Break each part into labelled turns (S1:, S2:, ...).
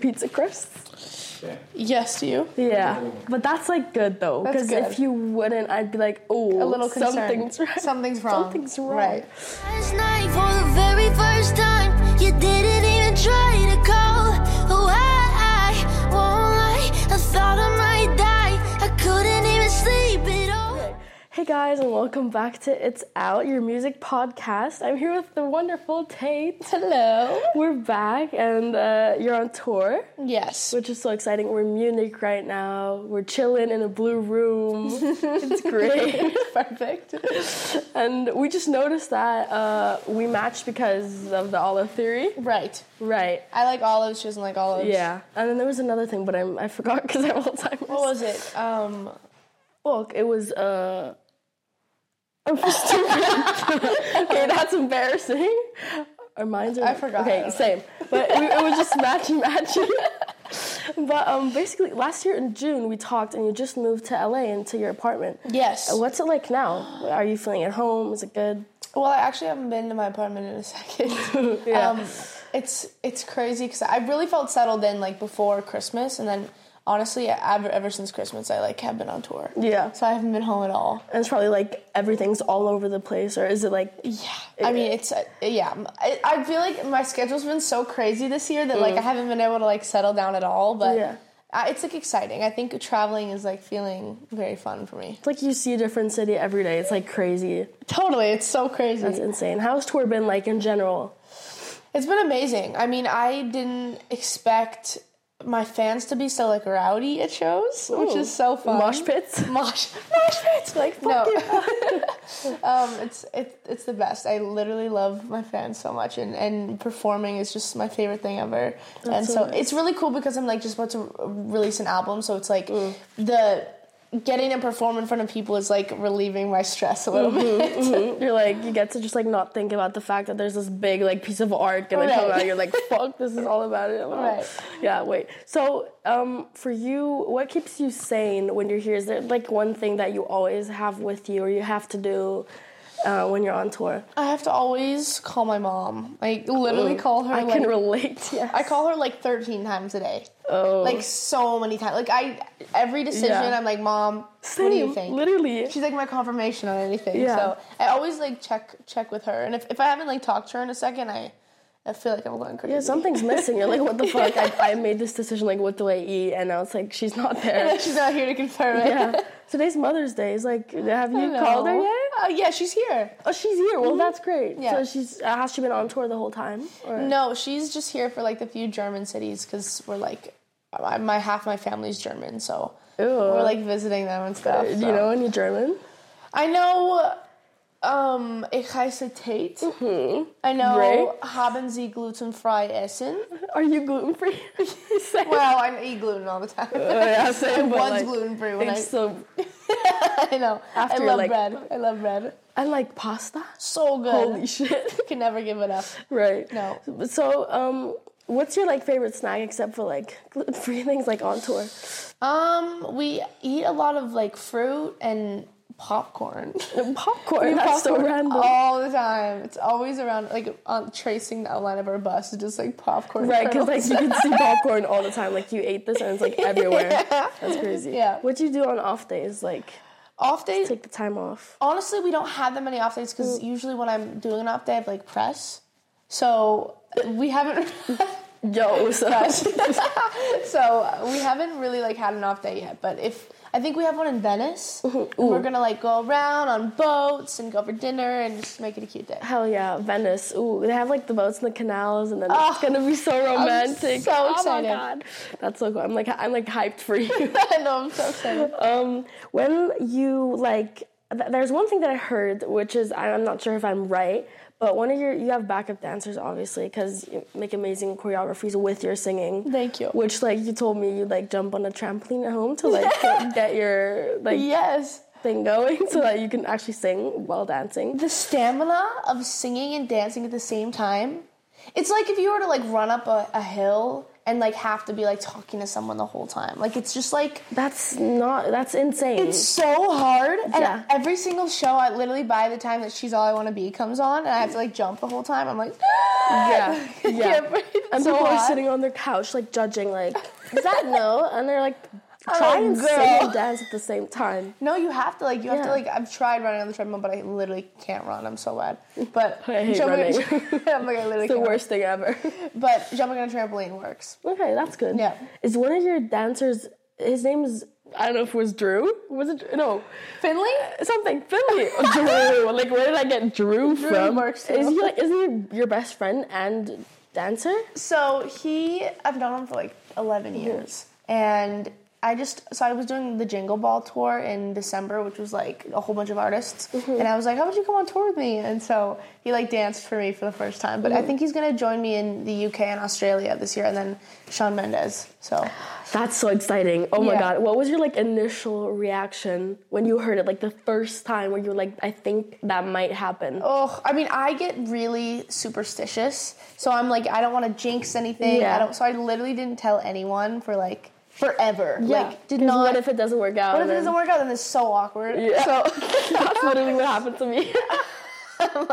S1: pizza crisps.
S2: Yes to you.
S1: Yeah, but that's like good though,
S2: That's
S1: because if
S2: good.
S1: you wouldn't, I'd be like, oh,
S2: A little concerned.
S1: something's wrong.
S2: Something's wrong.
S1: Something's wrong.
S2: Right.
S3: Last night, for the very first time, you didn't even try to call. Oh, I, I won't lie, I thought I might die. I couldn't even sleep at all.
S1: Hey guys, and welcome back to It's Out, your music podcast. I'm here with the wonderful Tate.
S2: Hello.
S1: We're back, and uh, you're on tour,
S2: Yes.
S1: which is so exciting. We're in Munich right now. We're chilling in a blue room. it's great.
S2: Perfect.
S1: and we just noticed that uh, we matched because of the olive theory.
S2: Right.
S1: Right.
S2: I like olives. She doesn't like olives.
S1: Yeah. And then there was another thing, but I'm, I forgot because I'm Alzheimer's.
S2: What was it? Um.
S1: Well, it was uh I'm stupid. okay, that's embarrassing. Our minds are
S2: I forgot. I
S1: Okay,
S2: don't
S1: same. But we, it was just matchy matchy. but um basically last year in June we talked and you just moved to LA into your apartment.
S2: Yes.
S1: What's it like now? Are you feeling at home? Is it good?
S2: Well, I actually haven't been to my apartment in a second.
S1: Yeah.
S2: Um, it's it's crazy because I really felt settled in like before Christmas, and then honestly, ever ever since Christmas, I like have been on tour.
S1: Yeah.
S2: So I haven't been home at all.
S1: And it's probably like everything's all over the place or is it like
S2: Yeah. I mean, it's uh, yeah. I, I feel like my schedule's been so crazy this year that like I haven't been able to like settle down at all. But
S1: Yeah.
S2: I, it's like exciting. I think traveling is like feeling very fun for me.
S1: it's like you see a different city every day. It's like crazy.
S2: Totally, it's so crazy.
S1: It's insane. How's tour been like in general?
S2: It's been amazing. I mean, I didn't expect my fans to be so like rowdy at shows, which is so fun.
S1: Mosh pits?
S2: mosh, mosh pits, like
S1: fuck
S2: um, it's it, it's the best. I literally love my fans so much, and and performing is just my favorite thing ever. and
S1: so
S2: so it's really cool because I'm like just about to re- release an album, so it's like
S1: Mm.
S2: the getting to perform in front of people is like relieving my stress a little
S1: Mm-hmm.
S2: bit.
S1: You're like, you get to just like not think about the fact that there's this big like piece of art gonna come
S2: Right.
S1: out. You're like, fuck, this is all about it. Oh.
S2: Right.
S1: Yeah. Wait. So, um, for you, what keeps you sane when you're here? Is there like one thing that you always have with you or you have to do uh, when you're on tour? Mm.
S2: I have to always call my mom. I literally call her.
S1: I
S2: like,
S1: can relate. Yes.
S2: I call her like 13 times a day.
S1: Oh.
S2: Like so many times. Like I every decision
S1: Yeah.
S2: I'm like, "Mom, what do you
S1: Same,
S2: think?"
S1: Literally.
S2: She's like my confirmation on anything.
S1: Yeah.
S2: So I always like check check with her. And if, if I haven't like talked to her in a second, I I feel like I'm going crazy.
S1: Yeah, something's missing. You're like, what the fuck? I, I made this decision. Like, what do I eat? And I was like, she's not there.
S2: She's not here to confirm it.
S1: yeah. Today's Mother's Day. Is like, have you
S2: I know.
S1: called her yet?
S2: Uh, yeah, she's here.
S1: Oh, she's here. Well, that's great.
S2: Yeah.
S1: So she's uh, has she been on tour the whole time? Or?
S2: No, she's just here for like the few German cities because we're like I- my half my family's German, so
S1: Ew.
S2: we're like visiting them and stuff.
S1: Do
S2: so.
S1: you know any German?
S2: I know um ich heiße Tate. I know
S1: Mm-hmm. Right.
S2: haben Sie glutenfrei essen?
S1: Are you gluten free?
S2: Well, I eat gluten all the time.
S1: yeah, same. but,
S2: One's
S1: like,
S2: gluten free when I,
S1: it's so
S2: I know.
S1: After
S2: I
S1: you're
S2: love
S1: like-
S2: bread. I love bread.
S1: I like pasta.
S2: So good.
S1: Holy shit!
S2: Can never give it up.
S1: right.
S2: No.
S1: So, um, what's your like favorite snack except for like gluten free things like on tour?
S2: Um, we eat a lot of like fruit and popcorn.
S1: Popcorn.
S2: We
S1: That's so
S2: popcorn Oh,
S1: random.
S2: All the time. It's always around like on tracing the outline of our bus. It's just like popcorn.
S1: Right, because like
S2: kernels.
S1: you can see popcorn all the time. Like you ate this and it's like everywhere. That's crazy.
S2: Yeah.
S1: What do you do on off days? Like
S2: off Mm. days
S1: take the time off.
S2: honestly, we don't have that many off days because usually when I'm doing an off day, I have like press. So we haven't.
S1: Yo, so
S2: so we haven't really like had an off day yet. But if I think we have one in Venice, we're gonna like go around on boats and go for dinner and just make it a cute day.
S1: Hell yeah, Venice. Ooh, they have like the boats in the canals, and then
S2: Oh,
S1: it's gonna be so romantic.
S2: so excited.
S1: Oh my god, that's so cool. I'm like, I'm like hyped for you.
S2: I know I'm so excited.
S1: um, when you like, th- there's one thing that I heard, which is I- I'm not sure if I'm right, but one of your you have backup dancers, obviously, because you make amazing choreographies with your singing.
S2: Thank you.
S1: Which like you told me you like jump on a trampoline at home to like get your like
S2: yes.
S1: thing going so that you can actually sing while dancing.
S2: The stamina of singing and dancing at the same time. It's like if you were to like run up a, a hill and like have to be like talking to someone the whole time. Like it's just like
S1: That's not. That's insane.
S2: it's so hard. And
S1: Yeah.
S2: every single show, I literally by the time that she's all I want to be comes on, and I have to like jump the whole time. I'm like, "Ah!"
S1: yeah,
S2: I
S1: yeah.
S2: can't breathe. It's
S1: and
S2: so
S1: people are
S2: hot.
S1: sitting on their couch, like judging, like, "Is that no?" And they're like,
S2: I'm
S1: try
S2: like,
S1: and sing
S2: Oh, "Girl."
S1: and dance at the same time.
S2: No, you have to like you have to
S1: Yeah.
S2: like I've tried running on the treadmill, but I literally can't run. I'm so bad. But
S1: I hate
S2: jumping-
S1: running.
S2: I'm like I literally
S1: It's the
S2: can't
S1: worst thing ever.
S2: Run. But jumping on a trampoline works.
S1: okay, that's good.
S2: Yeah.
S1: Is one of your dancers? His name is I don't know if it was Drew. Was it Drew? no
S2: Finley?
S1: something Finley? Drew. Like where did I get Drew, from?
S2: works too.
S1: Is he like? Isn't he your best friend and dancer?
S2: So he I've known him for like 11 years, and I just so I was doing the Jingle Ball tour in December, which was like a whole bunch of artists,
S1: Mm-hmm.
S2: and I was like, "How would you come on tour with me?" And so he like danced for me for the first time.
S1: Mm-hmm.
S2: But I think he's gonna join me in the UK and Australia this year, and then Sean Mendes. So.
S1: That's so exciting. Oh my
S2: Yeah.
S1: god. What was your like initial reaction when you heard it like the first time where you were like I think that might happen?
S2: Oh, I mean, I get really superstitious, so I'm like, I don't want to jinx anything.
S1: Yeah.
S2: I don't, so I literally didn't tell anyone for like forever. Like, did
S1: 'cause
S2: not.
S1: What if it doesn't work out?
S2: what if it doesn't work out? Then it's so awkward.
S1: Yeah.
S2: So
S1: That's literally what happened to me.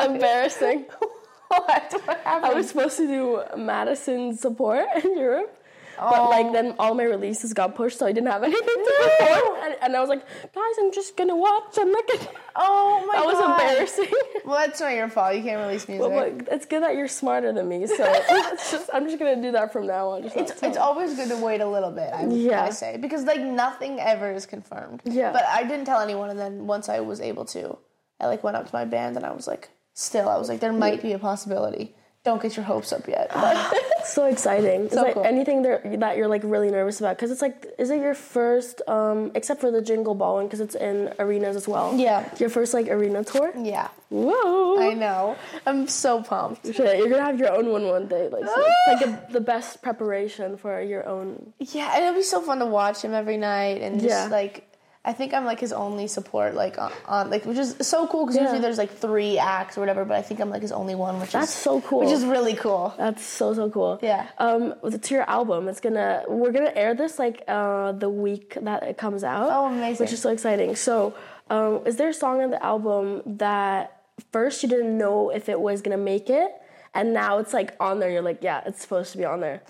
S1: Embarrassing.
S2: what? What happened?
S1: I was supposed to do Madison support in Europe.
S2: Oh.
S1: But like then all my releases got pushed, so I didn't have anything to perform, and, and I was like, guys, I'm just gonna watch. I'm not gonna.
S2: oh my
S1: that
S2: god.
S1: was embarrassing.
S2: Well, that's not your fault. You can't release music.
S1: but like, it's good that you're smarter than me, so it's just, I'm just gonna do that from now on. Just not
S2: it's, it's always good to wait a little bit, I,
S1: Yeah.
S2: I say, because like nothing ever is confirmed.
S1: Yeah.
S2: But I didn't tell anyone, and then once I was able to, I like went up to my band and I was like, still, I was like, there might be a possibility. Don't get your hopes up yet. But
S1: so exciting. is there
S2: cool.
S1: anything there that you're like really nervous about? Because it's like, is it your first, um, except for the Jingle Ball one, because it's in arenas as well?
S2: Yeah.
S1: Your first like arena tour?
S2: yeah,
S1: Whoa.
S2: I know. I'm so pumped.
S1: Shit, you're gonna have your own one one day. Like, so it's like a, the best preparation for your own.
S2: Yeah, and it'll be so fun to watch him every night and just
S1: Yeah.
S2: like. I think I'm like his only support, like on, on like, which is so cool because
S1: Yeah.
S2: usually there's like three acts or whatever, but I think I'm like his only one, which
S1: That's
S2: is
S1: so cool.
S2: which is really cool.
S1: That's so so cool.
S2: Yeah.
S1: Um, with- to your album, it's gonna we're gonna air this like uh the week that it comes out.
S2: Oh, amazing.
S1: Which is so exciting. So, um, is there a song on the album that first you didn't know if it was gonna make it, and now it's like on there? You're like, yeah, it's supposed to be on there.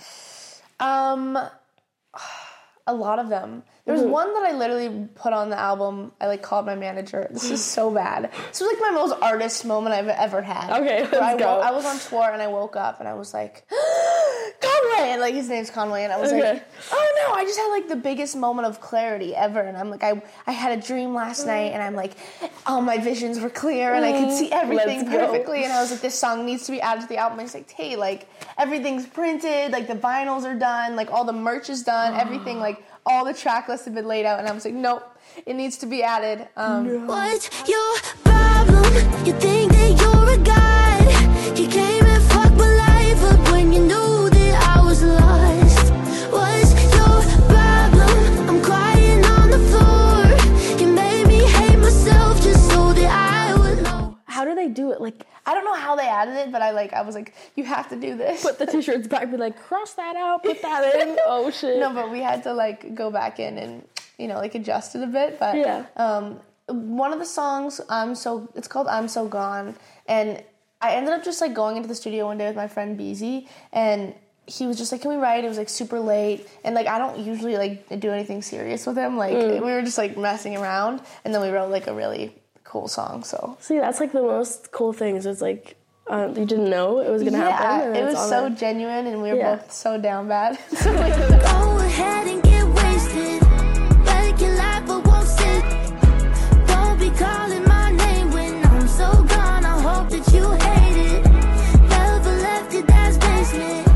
S2: Um, a lot of them. There
S1: Mm-hmm.
S2: was one that I literally put on the album. I like called my manager. This is so bad. This was like my most artist moment I've ever had.
S1: Okay,
S2: Where I,
S1: let's
S2: wo-
S1: go.
S2: I was on tour and I woke up and I was like, Conway, and like his name's Conway, and I was
S1: Okay.
S2: like, oh no, I just had like the biggest moment of clarity ever, and I'm like, I I had a dream last
S1: Mm-hmm.
S2: night, and I'm like, all my visions were clear, and I could see everything
S1: Let's go.
S2: perfectly, and I was like, this song needs to be added to the album. And he's like, hey, like everything's printed, like the vinyls are done, like all the merch is done, everything, like all the track lists have been laid out, and I was like, nope, it needs to be added. Um,
S3: What's your problem? You think that you're a god? You came and fucked my life up when you knew that I was lost. What's your problem? I'm crying on the floor. You made me hate myself just so that I would know.
S1: How do they do it? Like,
S2: I don't know how they added it, but I like, I was like, you have to do this.
S1: put the t-shirts back, be like, cross that out, put that in. Oh shit.
S2: No, but we had to like go back in and you know like adjust it a bit. But
S1: Yeah.
S2: um, one of the songs I'm so it's called I'm So Gone, and I ended up just like going into the studio one day with my friend Beezy, and he was just like, "Can we write?" It was like super late, and like I don't usually like do anything serious with him. Like
S1: Mm.
S2: we were just like messing around, and then we wrote like a really cool song. So
S1: See, that's like the most cool things. It's like um, you didn't know it was gonna happen. and
S2: it
S1: it's
S2: was
S1: on
S2: so
S1: there.
S2: genuine, and we were
S1: Yeah.
S2: both so down bad.
S3: Go ahead and get wasted. Break your life, but won't sit. Don't be calling my name when I'm so gone. I hope that you hate it. Never left your dad's basement.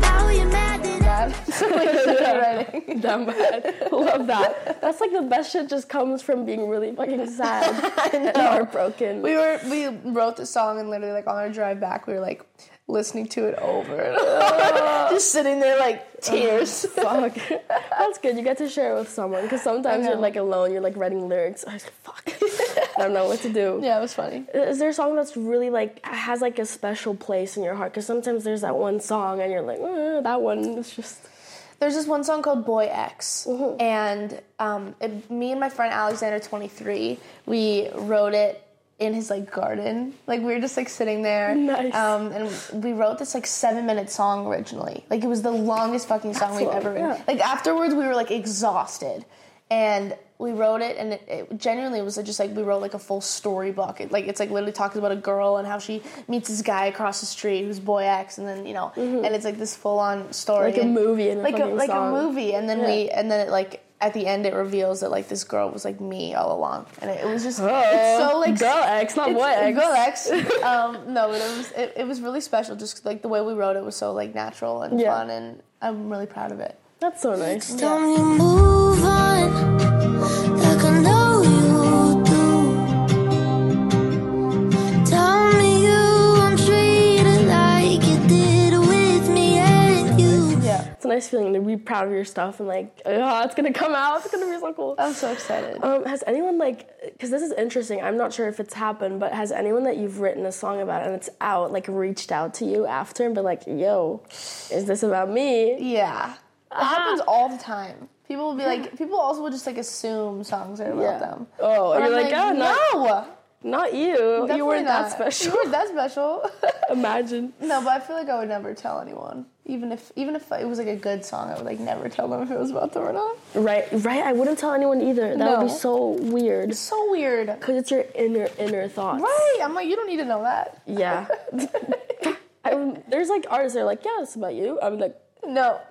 S3: Now you're mad that I
S2: bad. so we started writing.
S1: Damn bad. Love that. That's like the best shit just comes from being really fucking sad and heartbroken.
S2: We were we wrote the song and literally like on our drive back we were like listening to it over and over. just sitting there like tears.
S1: Fuck. That's good. You get to share it with someone because sometimes
S2: know.
S1: you're like alone. You're like writing lyrics. I was like, fuck. I don't know what to do.
S2: Yeah, it was funny.
S1: Is there a song that's really like has like a special place in your heart? Because sometimes there's that one song and you're like, "Eh, that one is just
S2: There's this one song called Boy X,
S1: Mm-hmm.
S2: and um, it, me and my friend Alexander, 23, we wrote it in his like garden. Like we were just like sitting there,
S1: Nice.
S2: um, and we wrote this like seven minute song originally. Like it was the longest fucking song we've
S1: long,
S2: ever written.
S1: yeah.
S2: Like afterwards, we were like exhausted, and we wrote it, and it, it genuinely was just like we wrote like a full storybook. It, like it's like literally talks about a girl and how she meets this guy across the street who's boy X, and then you know, and it's like this full on story,
S1: Mm-hmm. Like a
S2: and-
S1: movie and a
S2: like
S1: fucking
S2: a, like
S1: song.
S2: a movie, and then
S1: Yeah.
S2: we and then it like. At the end, it reveals that like this girl was like me all along, and it, it was just
S1: Oh.
S2: it's so like
S1: girl X, not boy X.
S2: Girl X. um, no, but it was it, it was really special. Just like the way we wrote it was so like natural and
S1: Yeah.
S2: fun, and I'm really proud of it.
S1: That's so nice.
S3: Time you move on, like I know you do. Tell me you I'm treated like you did with me and you.
S2: Yeah,
S1: It's a nice feeling to be proud of your stuff and like, oh, it's gonna come out. It's gonna be so cool.
S2: I'm so excited.
S1: Um, has anyone like, because this is interesting. I'm not sure if it's happened, but has anyone that you've written a song about and it's out, like, reached out to you after and been like, yo, is this about me?
S2: yeah, it
S1: Ah.
S2: happens all the time. People will be like, people also will just like assume songs are about
S1: Yeah.
S2: them.
S1: Oh, and
S2: But
S1: you're
S2: I'm
S1: like, oh, no,
S2: no,
S1: not you.
S2: definitely
S1: you weren't
S2: not.
S1: that special.
S2: You weren't that special.
S1: Imagine.
S2: no, but I feel like I would never tell anyone. Even if even if it was like a good song, I would like never tell them if it was about them or not.
S1: Right, right. I wouldn't tell anyone either. That would be
S2: No.
S1: so weird.
S2: So weird.
S1: Because it's your inner, inner thoughts.
S2: Right? I'm like, you don't need to know that.
S1: Yeah. I, there's like artists that are like, yeah, it's about you. I'm like,
S2: No.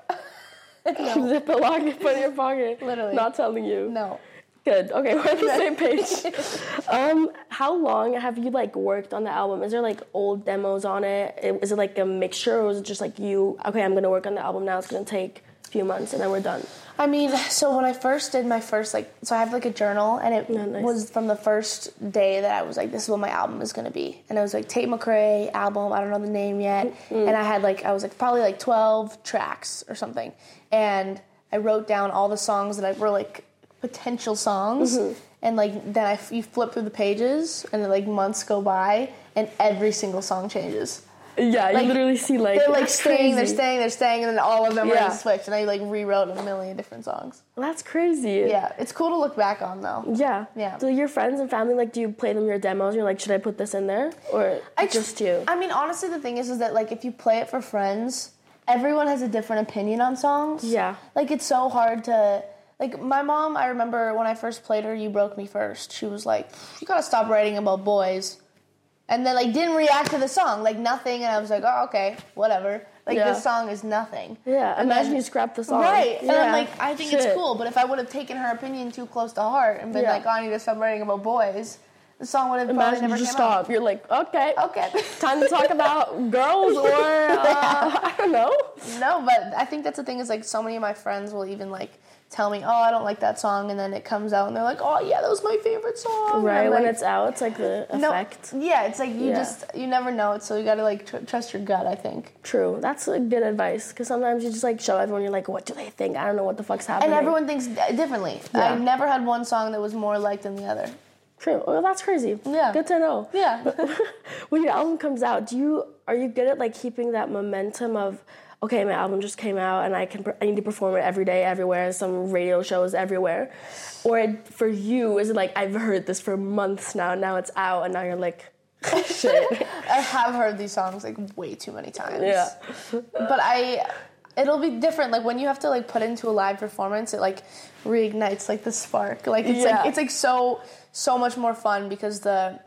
S1: zip it, lock it, put it in your pocket.
S2: Literally.
S1: Not telling you.
S2: No.
S1: Good. Okay, we're on the same page. um, how long have you like worked on the album? Is there like old demos on it? I- Is it like a mixture or is it just like you, okay, I'm gonna work on the album now, it's gonna take a few months and then we're done?
S2: I mean, so when I first did my first like, so I have like a journal, and it
S1: Oh, nice.
S2: was from the first day that I was like, this is what my album is gonna be, and it was like Tate McRae album. I don't know the name yet,
S1: Mm-hmm.
S2: and I had like I was like probably like twelve tracks or something, and I wrote down all the songs that I were like potential songs,
S1: Mm-hmm.
S2: and like then I f- you flip through the pages, and then like months go by, and every single song changes.
S1: Yeah,
S2: Like,
S1: you literally see like
S2: They're like
S1: that's
S2: staying, they're
S1: crazy.
S2: staying, they're staying, and then all of them are
S1: Yeah.
S2: are switched, and I like rewrote a million different songs.
S1: That's crazy.
S2: Yeah, it's cool to look back on though.
S1: Yeah.
S2: Yeah.
S1: So your friends and family, like, do you play them your demos? You're like, should I put this in there, or just you?
S2: I mean, honestly, the thing is, is that like if you play it for friends, everyone has a different opinion on songs.
S1: Yeah.
S2: Like it's so hard to. Like my mom, I remember when I first played her, "You Broke Me" first. She was like, "You gotta stop writing about boys," and then like didn't react to the song, like nothing. And I was like, "Oh, okay, whatever." Like
S1: Yeah.
S2: this song is nothing.
S1: yeah.
S2: and
S1: Imagine
S2: then-
S1: you scrap the song.
S2: Right. And
S1: Yeah.
S2: I'm like, I think it's
S1: Shit.
S2: cool, but if I would have taken her opinion too close to heart and been
S1: Yeah.
S2: like, oh, I need to stop writing about boys, the song would have probably
S1: Imagine
S2: never
S1: you just
S2: came
S1: stop. You're like, okay,
S2: out. Okay.
S1: time to talk about girls or uh, I don't know.
S2: no, but I think that's the thing is like so many of my friends will even like tell me, oh, I don't like that song, and then it comes out and they're like, oh yeah, that was my favorite song. And
S1: Right
S2: I'm
S1: when
S2: like,
S1: it's out, it's like the
S2: no,
S1: effect.
S2: Yeah, it's like you
S1: Yeah.
S2: just you never know it, so you gotta like tr- trust your gut. I think.
S1: True. That's like, good advice because sometimes you just like show everyone. You're like, what do they think? I don't know what the fuck's happening.
S2: And everyone thinks d- differently.
S1: Yeah.
S2: I never had one song that was more liked than the other.
S1: True. Well, that's crazy.
S2: Yeah.
S1: Good to know.
S2: Yeah.
S1: when your album comes out, do you are you good at like keeping that momentum of okay, my album just came out and I can per- I need to perform it every day, everywhere, some radio shows everywhere, or it- for you is it like I've heard this for months now, now it's out, and now you're like, shit,
S2: I have heard these songs like way too many times.
S1: yeah,
S2: But I it'll be different like when you have to like put into a live performance it like reignites like the spark. Like it's
S1: Yeah.
S2: like it's like so so much more fun because the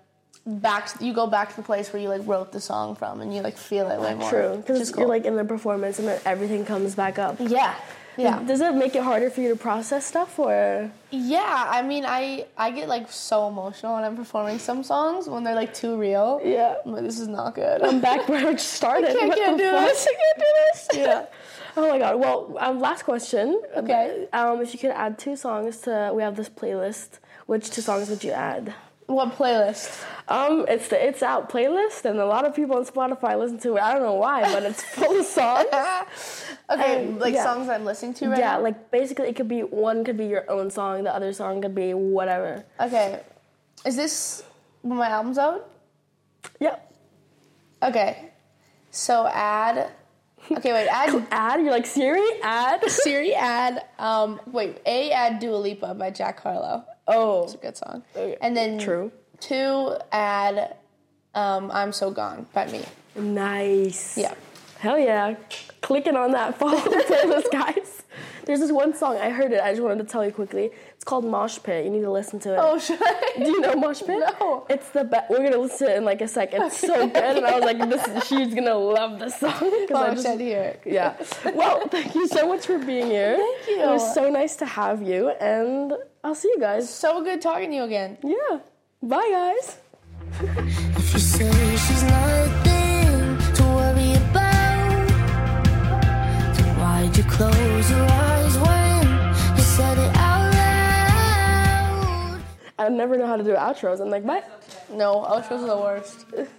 S2: back you go back to the place where you like wrote the song from and you like feel it way more.
S1: true,
S2: which
S1: because
S2: is
S1: you're
S2: cool.
S1: like in the performance and then everything comes back up.
S2: yeah. Yeah.
S1: Does it make it harder for you to process stuff or?
S2: Yeah, I mean, I I get like so emotional when I'm performing some songs when they're like too real.
S1: Yeah.
S2: I'm like, this is not good.
S1: I'm back where I started.
S2: I
S1: What
S2: can't
S1: the
S2: do
S1: fuck?
S2: this. I can't do this.
S1: yeah. Oh my god. Well, um, last question.
S2: Okay.
S1: Um, if you could add two songs to, we have this playlist. Which two songs would you add?
S2: What playlist?
S1: Um, it's the It's Out playlist, and a lot of people on Spotify listen to it. I don't know why, but it's full of songs.
S2: okay,
S1: Um,
S2: like
S1: yeah.
S2: songs I'm listening to right
S1: Yeah,
S2: now.
S1: like basically, it could be one could be your own song, the other song could be whatever.
S2: okay. Is this when my album's out?
S1: Yep.
S2: Okay. So add. Okay, wait. Add
S1: Ad? You're like, Siri? Ad?
S2: Siri. Add. Um. Wait. A. Add Dua Lipa by Jack Harlow.
S1: Oh.
S2: It's a good song.
S1: Okay.
S2: And then
S1: True.
S2: Two. Add. Um. I'm so gone by me.
S1: Nice.
S2: Yeah.
S1: Hell yeah. Clicking on that follow playlist, guys. There's this one song, I heard it, I just wanted to tell you quickly. It's called Mosh Pit. You need to listen to it.
S2: Oh, should
S1: Do
S2: I?
S1: you know Mosh Pit?
S2: No.
S1: It's the best. We're gonna listen to it in like a sec. It's so good. And I was like, this, she's gonna love this song. 'Cause I
S2: Oh,
S1: just-
S2: said here.
S1: yeah. Well, thank you so much for being here.
S2: Thank you.
S1: It was so nice to have you, and I'll see you guys.
S2: So good talking to you again.
S1: Yeah. Bye, guys.
S3: If you say she's nothing to worry about, then why'd you close your eyes when you said it out loud?
S1: I never know how to do outros. I'm like, bye.
S2: No, outros are the worst.